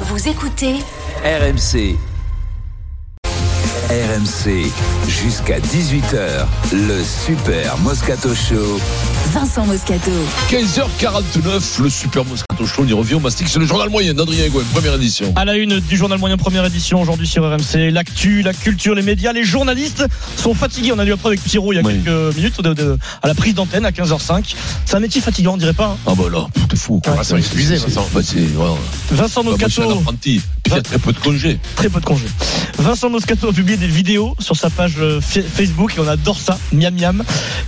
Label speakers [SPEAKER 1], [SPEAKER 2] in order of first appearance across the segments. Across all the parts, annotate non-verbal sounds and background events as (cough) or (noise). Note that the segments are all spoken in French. [SPEAKER 1] Vous écoutez
[SPEAKER 2] RMC. RMC, jusqu'à 18h, le Super Moscato Show.
[SPEAKER 1] Vincent Moscato.
[SPEAKER 3] 15h49, le Super Moscato Show, on y revient au mastic, c'est le journal moyen d'Adrien Gouin, première édition.
[SPEAKER 4] À la une du journal moyen première édition aujourd'hui sur RMC, l'actu, la culture, les médias, les journalistes sont fatigués. On a lu après avec Pierrot il y a
[SPEAKER 3] Oui.
[SPEAKER 4] quelques minutes de- de- à la prise d'antenne à 15h05. C'est un métier fatigant, on dirait pas. hein.
[SPEAKER 3] Ah bah là, pff, t'es fou.
[SPEAKER 4] Ouais,
[SPEAKER 3] Ah,
[SPEAKER 4] ça va
[SPEAKER 3] épuisé, Vincent. Bah, c'est, voilà.
[SPEAKER 4] Vincent
[SPEAKER 3] Bah, moi, je suis un
[SPEAKER 4] Moscato,
[SPEAKER 3] apprenti, puis il y a très peu de congés.
[SPEAKER 4] très peu de congés. Vincent Moscato a publié des vidéos sur sa page euh, Fa- Facebook et on adore ça, miam miam.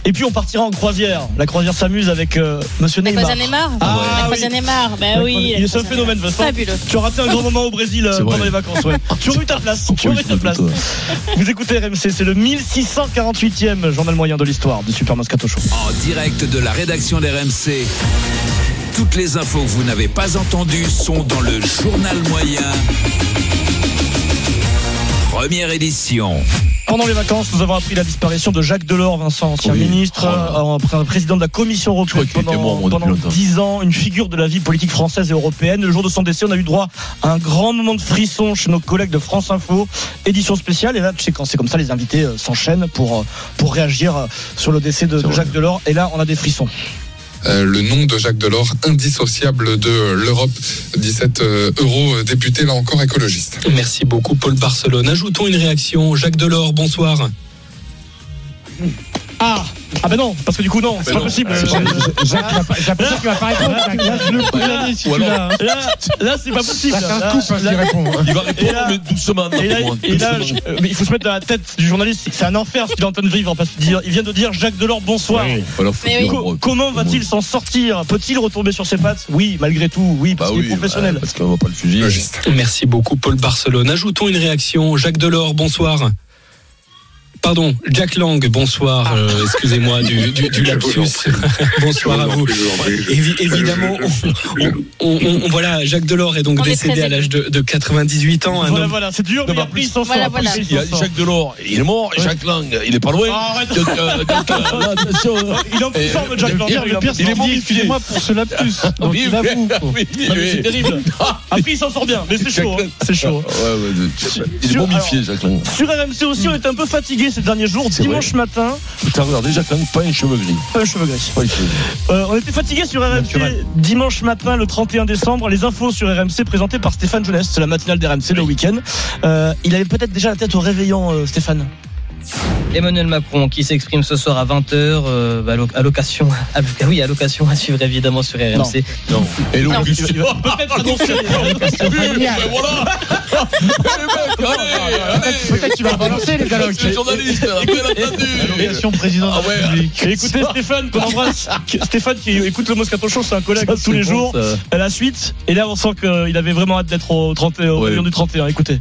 [SPEAKER 4] Et puis on partira en croisière. La croisière s'amuse avec euh, Monsieur
[SPEAKER 5] La
[SPEAKER 4] Neymar.
[SPEAKER 5] croisade Neymar
[SPEAKER 4] Ah
[SPEAKER 5] La
[SPEAKER 4] ouais.
[SPEAKER 5] croisade Neymar,
[SPEAKER 1] Bah
[SPEAKER 5] ben
[SPEAKER 4] La
[SPEAKER 5] oui.
[SPEAKER 4] croisade-
[SPEAKER 5] la
[SPEAKER 4] Il est un
[SPEAKER 5] croisade
[SPEAKER 4] phénomène,
[SPEAKER 5] Neymar.
[SPEAKER 4] Vincent.
[SPEAKER 5] Fabuleux.
[SPEAKER 4] Tu as raté un grand moment au Brésil euh,
[SPEAKER 3] C'est vrai.
[SPEAKER 4] pendant les
[SPEAKER 3] (laughs)
[SPEAKER 4] vacances, ouais. tu aurais eu ta place, tu aurais eu ta place. Vous écoutez RMC, c'est le 1648e journal moyen de l'histoire du Super Moscato Show.
[SPEAKER 2] En direct de la rédaction d'RMC. Toutes les infos que vous n'avez pas entendues sont dans le journal moyen. Première édition.
[SPEAKER 4] Pendant les vacances, nous avons appris la disparition de Jacques Delors, Vincent, ancien
[SPEAKER 3] Oui.
[SPEAKER 4] ministre,
[SPEAKER 3] Oh là là.
[SPEAKER 4] euh, pr- président de la Commission européenne
[SPEAKER 3] Je crois qu'il était mort,
[SPEAKER 4] pendant,
[SPEAKER 3] moi, depuis longtemps.
[SPEAKER 4] pendant 10 ans, une figure de la vie politique française et européenne. Le jour de son décès, on a eu droit à un grand moment de frisson chez nos collègues de France Info, édition spéciale. Et là, tu sais, quand c'est comme ça, les invités euh, s'enchaînent pour, euh, pour réagir euh, sur le décès de,
[SPEAKER 3] C'est
[SPEAKER 4] de
[SPEAKER 3] vrai.
[SPEAKER 4] Jacques Delors. Et là, on a des frissons.
[SPEAKER 6] Euh, le nom de Jacques Delors, indissociable de euh, l'Europe. 17 euh, eurodéputés, là encore écologiste.
[SPEAKER 7] Merci beaucoup, Paul Barcelone. Ajoutons une réaction. Jacques Delors, bonsoir.
[SPEAKER 4] Ah Ah ben non, parce que du coup, non, c'est pas possible.
[SPEAKER 3] Ou alors,
[SPEAKER 4] Là, là c'est pas possible. Là, là-
[SPEAKER 3] il va
[SPEAKER 4] Et là-
[SPEAKER 3] répondre, mais doucement,
[SPEAKER 4] Et là,
[SPEAKER 3] d'après moi,
[SPEAKER 4] et là,
[SPEAKER 3] doucement.
[SPEAKER 4] je- euh, mais il faut se mettre dans la tête du journaliste. C'est un enfer ce qu'il est en train de vivre parce qu'il dit- il vient de dire Jacques Delors, bonsoir.
[SPEAKER 3] Voilà, faut
[SPEAKER 5] Mais
[SPEAKER 3] dire,
[SPEAKER 5] oui.
[SPEAKER 3] bon,
[SPEAKER 4] Co- comment va-t-il s'en sortir Peut-il retomber sur ses pattes Oui, malgré tout, oui,
[SPEAKER 3] Bah
[SPEAKER 4] parce qu'il
[SPEAKER 3] oui,
[SPEAKER 4] est professionnel.
[SPEAKER 3] ouais, parce qu'on va pas le fusil.
[SPEAKER 6] Écologiste.
[SPEAKER 7] Merci beaucoup, Paul Barcelone. Ajoutons une réaction. Jacques Delors, bonsoir. Pardon, Jack Lang, bonsoir.
[SPEAKER 8] Ah.
[SPEAKER 7] Euh, Excusez-moi du,
[SPEAKER 8] (laughs)
[SPEAKER 7] du, du lapsus. (laughs) bonsoir à vous. Évi- évidemment, on, on- on- on- voilà, Jacques Delors est donc
[SPEAKER 5] On est
[SPEAKER 7] décédé
[SPEAKER 5] très
[SPEAKER 7] à l'âge de, de 98 ans. Un
[SPEAKER 4] voilà,
[SPEAKER 7] homme-
[SPEAKER 4] voilà, c'est dur, mais
[SPEAKER 3] Non, mais
[SPEAKER 4] après il s'en sort.
[SPEAKER 5] Voilà,
[SPEAKER 4] après,
[SPEAKER 5] voilà.
[SPEAKER 4] il
[SPEAKER 3] Il y a
[SPEAKER 4] s'en sort.
[SPEAKER 3] Jacques Delors, il est mort, et Jacques Lang, il est pas loin.
[SPEAKER 4] Ah, arrête.
[SPEAKER 3] Donc, euh, donc,
[SPEAKER 4] (laughs)
[SPEAKER 3] euh, là, attention, euh,
[SPEAKER 4] Il est en
[SPEAKER 3] Et-
[SPEAKER 4] forme, Jacques
[SPEAKER 3] le
[SPEAKER 4] Lang.
[SPEAKER 3] pire- le pire, c'est
[SPEAKER 4] il est
[SPEAKER 3] qu'il dit, excusez-moi
[SPEAKER 4] pour ce lapsus.
[SPEAKER 3] oui, oui, Ah, oui,
[SPEAKER 4] Non, Ah, mais c'est
[SPEAKER 3] oui.
[SPEAKER 4] terrible. Ah, Après, il s'en sort bien, mais c'est
[SPEAKER 3] Jacques
[SPEAKER 4] chaud.
[SPEAKER 3] Lang.
[SPEAKER 4] hein. C'est chaud.
[SPEAKER 3] Ah, ouais, ouais, de-
[SPEAKER 4] Sur-
[SPEAKER 3] Il est
[SPEAKER 4] sur-
[SPEAKER 3] momifié, Jacques Lang.
[SPEAKER 4] Sur RMC aussi, on est un peu fatigué ces derniers jours.
[SPEAKER 3] C'est
[SPEAKER 4] Dimanche matin,
[SPEAKER 3] Putain, regardez, Jacques Lang, pas un cheveu gris.
[SPEAKER 4] pas un cheveu gris.
[SPEAKER 3] Pas un cheveu gris.
[SPEAKER 4] Euh, on était fatigué sur RMC
[SPEAKER 3] Naturel.
[SPEAKER 4] dimanche matin le 31 décembre. Les infos sur RMC présentées par Stéphane Jeunesse, c'est la matinale d'RMC le week-end. Euh, il avait peut-être déjà la tête au réveillon, euh, Stéphane.
[SPEAKER 9] Emmanuel Macron qui s'exprime ce soir à 20h, euh, à l'oc- à l'occasion, (laughs) à l'oc- oui, à l'occasion à suivre évidemment sur RMC.
[SPEAKER 4] Non.
[SPEAKER 3] Non. Et
[SPEAKER 5] Non.
[SPEAKER 3] l'obus.
[SPEAKER 4] Il va peut-être
[SPEAKER 3] ah,
[SPEAKER 4] annoncer.
[SPEAKER 3] Peut-être tu vas balancer les dialogues. C'est journaliste, bien entendu.
[SPEAKER 4] président
[SPEAKER 3] de la Ah ouais. République.
[SPEAKER 4] Écoutez Stéphane, qu'on embrasse. (laughs) Stéphane qui écoute le Moscato Show, c'est un collègue tous les jours.
[SPEAKER 9] Euh,
[SPEAKER 4] À la suite, et là on sent qu'il avait vraiment hâte d'être au, 30 au
[SPEAKER 3] Ouais.
[SPEAKER 4] réveillon du 31. Écoutez.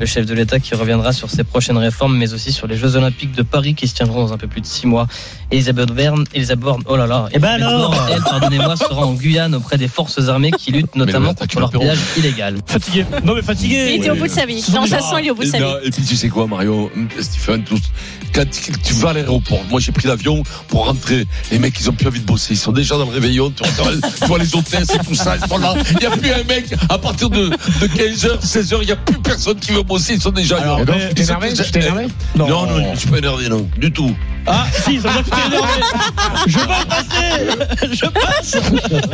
[SPEAKER 9] Le chef de l'État qui reviendra sur ses prochaines réformes, mais aussi sur les Jeux Olympiques de Paris qui se tiendront dans un peu plus de 6 mois. Elisabeth Borne, Elisabeth Borne, oh là là,
[SPEAKER 4] Eh ben
[SPEAKER 9] Elisabeth
[SPEAKER 4] alors
[SPEAKER 9] Borne, elle, pardonnez-moi, sera en Guyane auprès des forces armées qui luttent
[SPEAKER 3] Mais
[SPEAKER 9] notamment
[SPEAKER 3] le- tu
[SPEAKER 9] contre
[SPEAKER 3] m'as
[SPEAKER 9] leur
[SPEAKER 3] perdu.
[SPEAKER 9] pillage illégal.
[SPEAKER 4] Fatigué. Non mais fatigué.
[SPEAKER 5] Il était au
[SPEAKER 3] Ouais.
[SPEAKER 5] bout de sa vie.
[SPEAKER 4] Ce sont
[SPEAKER 5] Non,
[SPEAKER 4] des
[SPEAKER 5] ça
[SPEAKER 4] gens-
[SPEAKER 5] sent, il est au bout de sa
[SPEAKER 3] Et
[SPEAKER 5] vie.
[SPEAKER 3] non, Et puis tu sais quoi, Mario, Stéphane, tous- quand tu vas à l'aéroport, moi j'ai pris l'avion pour rentrer. Les mecs, ils ont plus envie de bosser. Ils sont déjà dans le réveillon. Tu vois, tu vois les (laughs) hôtesses et tout ça. Ils sont là. Il n'y a plus un mec. À partir de, de 15h, 16h, il n'y a plus personne qui veut bosser. Ils sont déjà.
[SPEAKER 4] Alors,
[SPEAKER 3] ils-
[SPEAKER 4] mais-
[SPEAKER 3] ils sont déjà-
[SPEAKER 4] Non.
[SPEAKER 3] Non, non, je ne suis pas énervé, non. Du
[SPEAKER 8] (laughs)
[SPEAKER 3] tout.
[SPEAKER 4] Ah si, ça veut dire que t'es énervé. Je vais le passer.
[SPEAKER 3] (laughs)
[SPEAKER 4] Je passe.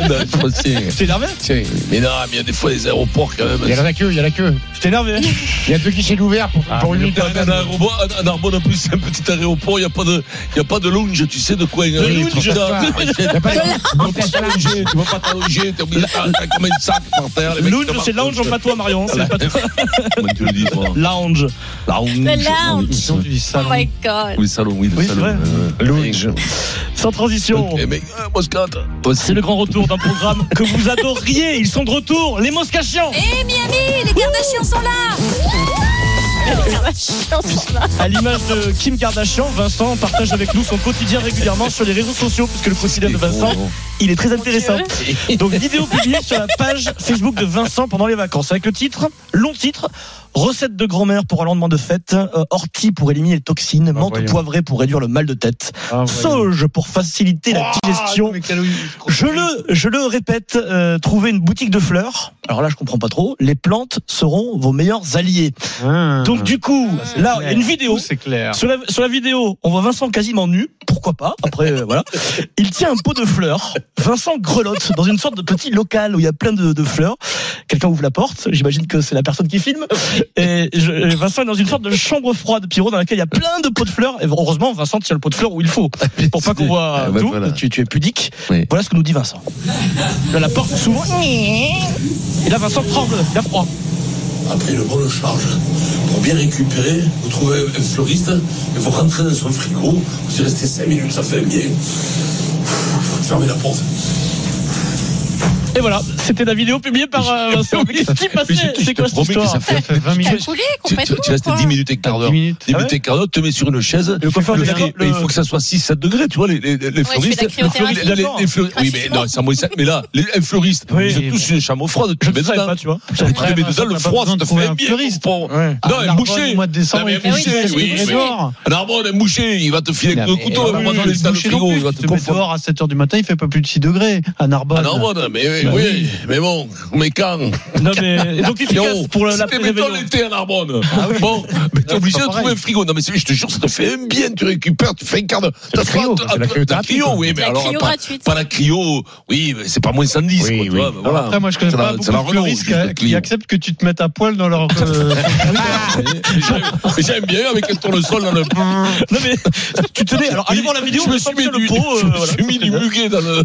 [SPEAKER 3] Non, je pense que c'est-
[SPEAKER 4] T'es énervé
[SPEAKER 3] c'est- Mais non, mais il y a des fois des aéroports quand même.
[SPEAKER 8] Il y a la queue, il y a la queue.
[SPEAKER 4] T'es énervé.
[SPEAKER 8] Il y a deux guichets d'ouvert pour,
[SPEAKER 7] Ah,
[SPEAKER 8] pour une
[SPEAKER 3] Il
[SPEAKER 8] minute.
[SPEAKER 3] y a un aéroport, un- un Arbonne, en plus, c'est un petit aéroport, il n'y a pas de, il y a pas de lounge, tu sais de quoi. il y a-
[SPEAKER 4] De
[SPEAKER 3] il y a
[SPEAKER 4] lounge.
[SPEAKER 3] tout ça. Il
[SPEAKER 8] Il
[SPEAKER 3] y
[SPEAKER 8] y
[SPEAKER 3] a
[SPEAKER 8] a
[SPEAKER 3] (laughs)
[SPEAKER 8] pas
[SPEAKER 3] Tu vas pas t'allonger, tu vas pas t'allonger, t'as mis t'as- t'as comme un sac par terre. les mecs,
[SPEAKER 4] Lounge,
[SPEAKER 3] ils te
[SPEAKER 4] c'est
[SPEAKER 3] marquent.
[SPEAKER 4] lounge, pas toi, Marion. C'est pas toi.
[SPEAKER 3] (laughs) Comment tu le dis, toi
[SPEAKER 4] Lounge.
[SPEAKER 3] Lounge.
[SPEAKER 5] Le lounge.
[SPEAKER 3] Oui,
[SPEAKER 8] Ils ont du
[SPEAKER 5] Oh
[SPEAKER 8] salon.
[SPEAKER 5] my god.
[SPEAKER 3] Oui, salon, oui, le
[SPEAKER 4] Oui, c'est
[SPEAKER 3] salon.
[SPEAKER 4] vrai. Oh.
[SPEAKER 3] euh,
[SPEAKER 8] Lounge.
[SPEAKER 4] Sans transition.
[SPEAKER 3] Eh, mec, euh, Moscat, toi aussi.
[SPEAKER 4] C'est le grand retour d'un programme que vous adoriez. Ils sont de retour, les Moscachians.
[SPEAKER 1] Les Kardashians sont là
[SPEAKER 4] À l'image de Kim Kardashian, Vincent partage avec nous son quotidien régulièrement sur les réseaux sociaux, puisque le quotidien de Vincent, il est très intéressant. Donc vidéo publiée sur la page Facebook de Vincent pendant les vacances, avec le titre, long titre, Recette de grand-mère pour un lendemain de fête. euh, ortie pour éliminer les toxines. menthe
[SPEAKER 8] Ah, voyons. Ah,
[SPEAKER 4] poivrée pour réduire le mal de tête. Sauge pour faciliter
[SPEAKER 8] Oh,
[SPEAKER 4] la digestion. Je le, je le répète, euh, trouvez une boutique de fleurs. Alors là, je comprends pas trop. Les plantes seront vos meilleurs alliés. Donc du coup, là, il y a une vidéo.
[SPEAKER 8] Ah. c'est clair.
[SPEAKER 4] Sur la, sur la vidéo, on voit Vincent quasiment nu. Pourquoi pas Après, euh, voilà. Il tient un pot de fleurs. Vincent grelotte dans une sorte de petit local où il y a plein de, de fleurs. Quelqu'un ouvre la porte. J'imagine que c'est la personne qui filme. Et je- et Vincent est dans une sorte de chambre froide, Pierrot, dans laquelle il y a plein de pots de fleurs. Et heureusement, Vincent tient le pot de fleurs où il faut. Pour pas qu'on voit
[SPEAKER 3] Ah, bah,
[SPEAKER 4] tout.
[SPEAKER 3] voilà.
[SPEAKER 4] Tu, tu es pudique.
[SPEAKER 3] Oui.
[SPEAKER 4] Voilà ce que nous dit Vincent. Là, la porte s'ouvre. Et là, Vincent tremble. Il a froid.
[SPEAKER 5] Après le bon charge, pour bien récupérer, vous trouvez un fleuriste, et vous rentrez dans son frigo, vous y restez 5 minutes, ça fait un bien. Fermez la porte.
[SPEAKER 4] Et voilà. C'était la vidéo publiée par euh, Vincent. Qu'est-ce qui
[SPEAKER 3] Mais
[SPEAKER 4] passait
[SPEAKER 3] je- je
[SPEAKER 4] C'est
[SPEAKER 3] te
[SPEAKER 4] quoi
[SPEAKER 3] promets
[SPEAKER 4] cette
[SPEAKER 3] que
[SPEAKER 4] histoire
[SPEAKER 3] ça fait-
[SPEAKER 8] Ça fait 20
[SPEAKER 1] T'as
[SPEAKER 8] minutes.
[SPEAKER 1] coulé
[SPEAKER 3] Tu, tu-
[SPEAKER 1] complètement.
[SPEAKER 3] tu restes
[SPEAKER 1] quoi.
[SPEAKER 3] 10 minutes et quart d'heure.
[SPEAKER 8] 10 minutes.
[SPEAKER 3] 10
[SPEAKER 4] Ah ouais
[SPEAKER 3] minutes et quart d'heure, tu te mets sur une chaise.
[SPEAKER 4] Le coiffeur
[SPEAKER 3] Le
[SPEAKER 4] était
[SPEAKER 3] fri-
[SPEAKER 4] d'accord,
[SPEAKER 3] mais Il
[SPEAKER 4] le-
[SPEAKER 3] faut que ça soit 6-7 degrés, tu vois, les, les, les
[SPEAKER 1] je fais
[SPEAKER 3] fleuristes.
[SPEAKER 1] de la Ah, cryothérapie,
[SPEAKER 3] les fleuristes- les-
[SPEAKER 4] genre.
[SPEAKER 3] les fleuristes- oui, mais non, ça, moi, ça- mais là, les les fleuristes,
[SPEAKER 4] Oui.
[SPEAKER 3] ils ont tous une chambre froide.
[SPEAKER 4] Je
[SPEAKER 3] Tu mets
[SPEAKER 4] ne savais
[SPEAKER 3] dedans.
[SPEAKER 4] pas, tu vois.
[SPEAKER 3] hein. Tu te mets dedans, le froid, ça te fait bien. comprends. Non, un boucher.
[SPEAKER 8] Au mois de
[SPEAKER 3] Non,
[SPEAKER 8] décembre,
[SPEAKER 3] mais
[SPEAKER 8] il fait
[SPEAKER 3] un boucher,
[SPEAKER 8] six
[SPEAKER 3] oui,
[SPEAKER 8] degrés
[SPEAKER 3] oui.
[SPEAKER 8] dehors.
[SPEAKER 3] Un arbre, un boucher, il va te filer avec le couteau,
[SPEAKER 8] Et
[SPEAKER 3] il va
[SPEAKER 8] pas
[SPEAKER 3] te
[SPEAKER 8] dans
[SPEAKER 3] laisser dans le
[SPEAKER 8] bouchers non
[SPEAKER 3] frigo,
[SPEAKER 8] plus.
[SPEAKER 3] il va
[SPEAKER 8] Tu
[SPEAKER 3] te
[SPEAKER 8] mets
[SPEAKER 3] confondre.
[SPEAKER 8] dehors à 7h du matin, il fait pas plus de 6 degrés à Narbonne.
[SPEAKER 3] Un arbre, mais
[SPEAKER 8] Bah
[SPEAKER 3] oui, mais bon, mais quand
[SPEAKER 4] Non, mais et donc efficace
[SPEAKER 3] Yo,
[SPEAKER 4] pour la, la
[SPEAKER 3] c'était béton
[SPEAKER 4] réveillon.
[SPEAKER 3] l'été à Narbonne. Bon, mais t'es
[SPEAKER 8] c'est
[SPEAKER 3] obligé
[SPEAKER 8] pas
[SPEAKER 3] de trouver
[SPEAKER 8] pareil.
[SPEAKER 3] un frigo. Non, mais c'est- je te jure, ça te fait un bien. Tu récupères, tu fais un quart de. T'as
[SPEAKER 8] cryo,
[SPEAKER 3] soif,
[SPEAKER 8] c'est la
[SPEAKER 3] t'as-
[SPEAKER 8] cryothérapie,
[SPEAKER 3] t'as cryo,
[SPEAKER 8] quoi.
[SPEAKER 3] oui, mais
[SPEAKER 1] La
[SPEAKER 3] alors.
[SPEAKER 1] cryo
[SPEAKER 3] pas-
[SPEAKER 1] gratuite.
[SPEAKER 3] Pas la cryo, oui, mais c'est pas moins 110,
[SPEAKER 8] Oui,
[SPEAKER 3] quoi, tu
[SPEAKER 8] oui.
[SPEAKER 3] vois. bah
[SPEAKER 8] Alors
[SPEAKER 3] Voilà. (laughs)
[SPEAKER 8] Après, moi, je connais
[SPEAKER 3] C'est
[SPEAKER 8] pas
[SPEAKER 3] la- c'est la
[SPEAKER 8] beaucoup de
[SPEAKER 3] Renault, juste
[SPEAKER 8] fleuristes
[SPEAKER 3] le
[SPEAKER 8] qui- qui
[SPEAKER 3] client.
[SPEAKER 8] acceptent que tu te mettes à poil dans leur. euh,
[SPEAKER 3] J'aime- J'aime bien avec un tournesol dans le.
[SPEAKER 4] Non, mais tu tenais. Alors, allez voir la vidéo,
[SPEAKER 3] je me
[SPEAKER 4] on
[SPEAKER 3] suis
[SPEAKER 4] sent
[SPEAKER 3] mis
[SPEAKER 4] bien
[SPEAKER 3] du,
[SPEAKER 4] le pot.
[SPEAKER 3] (laughs)
[SPEAKER 4] euh,
[SPEAKER 3] je me
[SPEAKER 4] voilà.
[SPEAKER 3] suis mis du muguet dans le.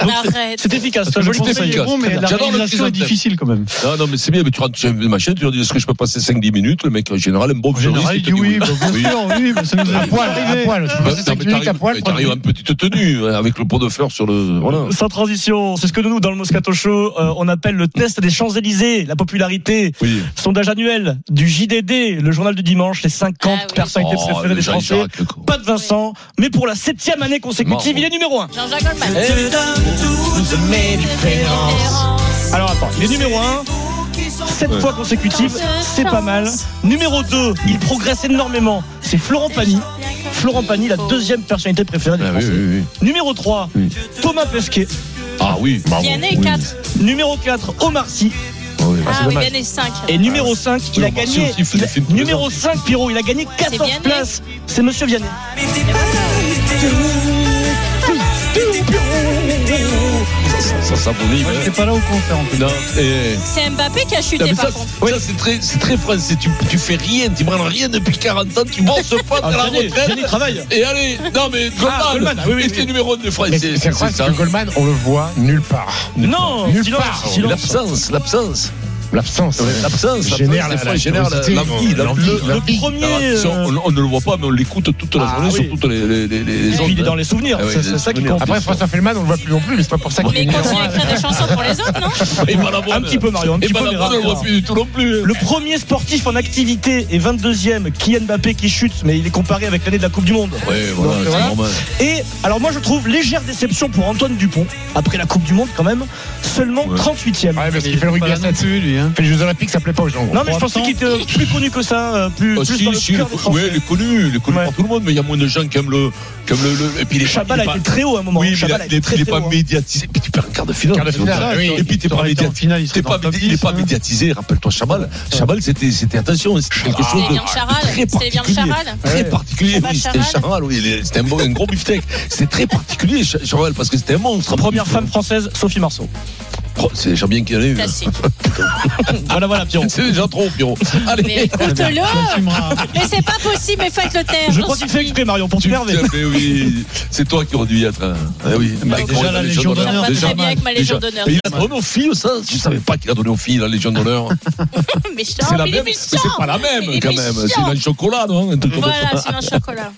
[SPEAKER 1] Arrête.
[SPEAKER 4] C'est efficace, ça,
[SPEAKER 8] Le
[SPEAKER 4] je le
[SPEAKER 3] J'adore
[SPEAKER 8] conseil
[SPEAKER 4] conseille.
[SPEAKER 8] est
[SPEAKER 3] le
[SPEAKER 8] bon, mais la
[SPEAKER 3] petit
[SPEAKER 8] réalisation est
[SPEAKER 3] hôtel.
[SPEAKER 8] difficile quand même.
[SPEAKER 3] Non, non, mais c'est bien, mais tu rentres chez le machin, tu leur dis est-ce que je peux passer 5-10 minutes Le mec, en général, aime bon
[SPEAKER 8] En général, il dit oui, bah,
[SPEAKER 3] Oui.
[SPEAKER 8] bien sûr, oui, mais ça nous est À poil, à arrivé. poil.
[SPEAKER 3] Bah, non,
[SPEAKER 8] C'est
[SPEAKER 3] mais
[SPEAKER 8] minutes à
[SPEAKER 3] t'arrives-
[SPEAKER 8] poil.
[SPEAKER 3] mais T'arrives en petite tenue, euh, avec le pot de fleurs sur le. Voilà.
[SPEAKER 4] Sans transition, c'est ce que nous, dans le Moscato Show, euh, on appelle le test des Champs-Élysées, la popularité.
[SPEAKER 3] Oui.
[SPEAKER 4] Sondage annuel du JDD, le journal du dimanche, les 50
[SPEAKER 1] Ah oui.
[SPEAKER 4] personnalités
[SPEAKER 3] Oh,
[SPEAKER 4] préférées
[SPEAKER 3] le
[SPEAKER 4] des Français.
[SPEAKER 3] Jean-Jacques, quoi.
[SPEAKER 4] Pas de Vincent, mais pour la septième année consécutive,
[SPEAKER 3] Marrant.
[SPEAKER 4] il est numéro 1.
[SPEAKER 1] Jean-Jacques Goldman.
[SPEAKER 4] Eh, Alors attends, il est numéro 1. 7 fois consécutive, c'est pas mal. Numéro 2, il progresse énormément, c'est Florent Pagny. Florent Pagny, la deuxième personnalité préférée des
[SPEAKER 3] Ah oui,
[SPEAKER 4] Français.
[SPEAKER 3] oui, oui.
[SPEAKER 4] Numéro 3,
[SPEAKER 3] Oui.
[SPEAKER 4] Thomas Pesquet.
[SPEAKER 3] Ah oui, bravo.
[SPEAKER 1] Vianney
[SPEAKER 3] Oui.
[SPEAKER 1] 4.
[SPEAKER 4] Numéro 4, Omar Sy.
[SPEAKER 3] Ah oui.
[SPEAKER 1] Ah oui, Vianney 5.
[SPEAKER 4] Et
[SPEAKER 8] Ah,
[SPEAKER 4] numéro 5, il a
[SPEAKER 3] Omar Sy
[SPEAKER 4] gagné.
[SPEAKER 3] aussi, il fait
[SPEAKER 4] il a-
[SPEAKER 3] des films tous les
[SPEAKER 4] numéro 5, Pierrot, il a gagné 14
[SPEAKER 1] Vianney.
[SPEAKER 4] places. C'est Monsieur Vianney.
[SPEAKER 3] Ça, ça, ça brille, mais-
[SPEAKER 8] T'es pas là au concert en fait.
[SPEAKER 3] Non, et-
[SPEAKER 1] C'est Mbappé qui a
[SPEAKER 3] Non,
[SPEAKER 1] chuté
[SPEAKER 3] mais
[SPEAKER 1] par
[SPEAKER 3] ça,
[SPEAKER 1] contre.
[SPEAKER 3] ça, c'est très, c'est très français. Tu, tu fais rien, tu prends rien depuis 40 ans, tu bosses pas, t'es à la
[SPEAKER 4] Ah, Vianney, Vianney
[SPEAKER 3] retraite.
[SPEAKER 4] travaille.
[SPEAKER 3] Et allez, non mais Goldman,
[SPEAKER 4] Goldman, ah oui, oui,
[SPEAKER 3] était
[SPEAKER 4] oui.
[SPEAKER 3] numéro 1 des Français,
[SPEAKER 8] Mais
[SPEAKER 3] c'est
[SPEAKER 8] c'est
[SPEAKER 3] c'est
[SPEAKER 8] c'est vrai, c'est
[SPEAKER 3] ça.
[SPEAKER 8] que Goldman, on le voit nulle part.
[SPEAKER 4] Non,
[SPEAKER 8] Nulle
[SPEAKER 4] silence,
[SPEAKER 8] part.
[SPEAKER 4] silence.
[SPEAKER 3] L'absence, l'absence,
[SPEAKER 8] L'absence.
[SPEAKER 3] l'absence, l'absence,
[SPEAKER 8] Génère
[SPEAKER 3] des
[SPEAKER 8] la-
[SPEAKER 3] fois,
[SPEAKER 8] la
[SPEAKER 3] génère la-
[SPEAKER 8] curiosité,
[SPEAKER 3] l'envie,
[SPEAKER 8] le-
[SPEAKER 3] l'envie,
[SPEAKER 8] le-
[SPEAKER 3] l'envie.
[SPEAKER 4] le premier,
[SPEAKER 3] Alors, attention,
[SPEAKER 4] euh,
[SPEAKER 3] on, on ne le voit pas, mais on l'écoute toute la
[SPEAKER 4] Ah
[SPEAKER 3] journée
[SPEAKER 4] oui.
[SPEAKER 3] sur toutes les, les, les, les
[SPEAKER 4] Et puis,
[SPEAKER 3] ondes,
[SPEAKER 4] il est
[SPEAKER 3] hein.
[SPEAKER 4] dans les souvenirs,
[SPEAKER 3] Ah oui,
[SPEAKER 4] c'est-
[SPEAKER 3] les
[SPEAKER 4] c'est ça qui
[SPEAKER 3] souvenirs.
[SPEAKER 4] compte.
[SPEAKER 8] Après, François Fellman, on le voit plus non plus, mais c'est pas pour ça qu'il
[SPEAKER 1] Mais
[SPEAKER 8] est
[SPEAKER 1] il
[SPEAKER 8] numéro
[SPEAKER 1] continue à
[SPEAKER 8] un.
[SPEAKER 1] écrire des chansons pour les autres, non
[SPEAKER 3] Et Malabon,
[SPEAKER 4] Un petit peu, Marion,
[SPEAKER 8] euh,
[SPEAKER 3] Et
[SPEAKER 4] un petit peu, mais
[SPEAKER 3] Malabon, on ne le voit
[SPEAKER 4] rare.
[SPEAKER 3] plus du tout non plus.
[SPEAKER 4] Le premier sportif en activité et 22e, Kylian Mbappé qui chute, mais il est comparé avec l'année de la Coupe du Monde.
[SPEAKER 3] Ouais, voilà,
[SPEAKER 4] Donc,
[SPEAKER 3] c'est
[SPEAKER 4] voilà.
[SPEAKER 3] normal. Ah,
[SPEAKER 4] Et alors moi je trouve légère déception pour Antoine Dupont, après la Coupe du Monde quand même, seulement 38e.
[SPEAKER 8] Ouais, parce qu'il
[SPEAKER 7] Il
[SPEAKER 8] fait
[SPEAKER 7] est
[SPEAKER 8] le
[SPEAKER 7] pas
[SPEAKER 8] rugby
[SPEAKER 7] là
[SPEAKER 8] à
[SPEAKER 7] non
[SPEAKER 8] 7. Il fait les Jeux Olympiques, ça plaît pas aux gens.
[SPEAKER 4] Non mais je pensais qu'il était euh, plus connu que ça, euh, plus,
[SPEAKER 3] Ah,
[SPEAKER 4] plus
[SPEAKER 3] si,
[SPEAKER 4] dans le
[SPEAKER 3] si, le-
[SPEAKER 4] cœur des
[SPEAKER 3] ouais,
[SPEAKER 4] Français.
[SPEAKER 3] il est connu, il est connu
[SPEAKER 4] Ouais.
[SPEAKER 3] par tout le monde, mais il y a moins de gens qui aiment le. Qui aiment le, le- et puis il est pas-
[SPEAKER 4] Chabal
[SPEAKER 3] il
[SPEAKER 4] a
[SPEAKER 3] est pas-
[SPEAKER 4] été très haut à un moment.
[SPEAKER 3] Oui, mais il
[SPEAKER 4] Chabal
[SPEAKER 3] a- il
[SPEAKER 4] a été
[SPEAKER 3] est
[SPEAKER 4] très,
[SPEAKER 3] il est
[SPEAKER 4] très
[SPEAKER 3] pas
[SPEAKER 4] haut, hein.
[SPEAKER 3] médiatisé. Puis tu perds un quart de finale.
[SPEAKER 8] Quart de finale, oui.
[SPEAKER 3] Et puis t'es pas
[SPEAKER 8] T'aurais été en
[SPEAKER 3] médiatisé.
[SPEAKER 8] finale, il serait
[SPEAKER 3] T'es pas,
[SPEAKER 8] dans le top
[SPEAKER 3] médi- il est
[SPEAKER 8] 10,
[SPEAKER 3] pas
[SPEAKER 8] hein.
[SPEAKER 3] médiatisé, rappelle-toi Chabal. Chabal, c'était, c'était attention,
[SPEAKER 4] Ah,
[SPEAKER 3] c'était quelque chose
[SPEAKER 1] C'était
[SPEAKER 3] de
[SPEAKER 1] Lian Charal.
[SPEAKER 3] très
[SPEAKER 1] C'était Lian
[SPEAKER 3] particulier.
[SPEAKER 1] Charal.
[SPEAKER 3] Très particulier,
[SPEAKER 1] Pas
[SPEAKER 3] oui, c'était
[SPEAKER 1] Charal.
[SPEAKER 3] Charal, oui, il est- c'était un, bon- un gros beefsteak. C'était très particulier, Ch- Charal, parce que c'était un
[SPEAKER 8] hein.
[SPEAKER 3] monstre.
[SPEAKER 4] Première femme française, Sophie Marceau.
[SPEAKER 3] Oh, C'est déjà bien qu'il y en ait eu.
[SPEAKER 1] Classique.
[SPEAKER 4] Voilà, voilà, Pierrot.
[SPEAKER 3] (laughs) C'est déjà trop, Pierrot.
[SPEAKER 1] Mais
[SPEAKER 3] Allez.
[SPEAKER 1] écoute-le Mais c'est pas possible, mais faites le taire.
[SPEAKER 4] Je
[SPEAKER 1] j'en
[SPEAKER 4] crois qu'il
[SPEAKER 1] suis
[SPEAKER 4] fait
[SPEAKER 1] dit.
[SPEAKER 4] exprès, Marion, pour
[SPEAKER 3] Tu
[SPEAKER 4] t'énerver.
[SPEAKER 3] t'as fait, oui. C'est toi qui aurais dû y être. hein. Ah oui. Macron,
[SPEAKER 1] Bah, déjà,
[SPEAKER 3] il a
[SPEAKER 8] la
[SPEAKER 3] Légion
[SPEAKER 8] Légion
[SPEAKER 3] d'honneur,
[SPEAKER 8] d'honneur,
[SPEAKER 1] Ça va
[SPEAKER 3] déjà.
[SPEAKER 1] très bien avec ma Légion d'honneur.
[SPEAKER 3] Mais il a donné aux filles, ça Je savais pas qu'il a donné aux filles la Légion d'honneur.
[SPEAKER 1] Méchant,
[SPEAKER 3] C'est la
[SPEAKER 1] mais il
[SPEAKER 3] même,
[SPEAKER 1] est
[SPEAKER 3] mais
[SPEAKER 1] méchant
[SPEAKER 3] c'est pas la même
[SPEAKER 1] Il est
[SPEAKER 3] quand même.
[SPEAKER 1] méchant.
[SPEAKER 3] C'est dans le chocolat, non Un truc comme ça.
[SPEAKER 1] Voilà, c'est un chocolat.